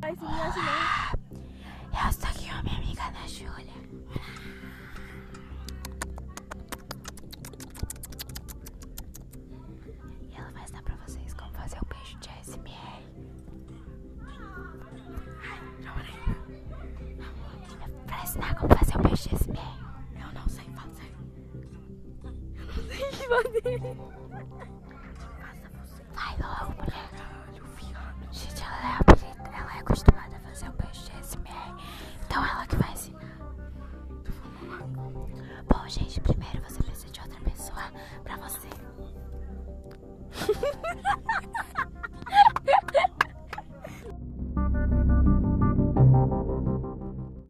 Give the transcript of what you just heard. Mas não acho não. Eu sou aqui é a minha amiga Ana Júlia. E ela vai ensinar pra vocês como fazer um beijo de ASMR. Pra ensinar como fazer um beijo de ASMR. Eu não sei fazer. Vai logo, mulher. Gente, ela é, habili- ela é acostumada a fazer um beijo de ASMR. Então ela que vai ensinar. Bom, gente, primeiro você precisa de outra pessoa pra você.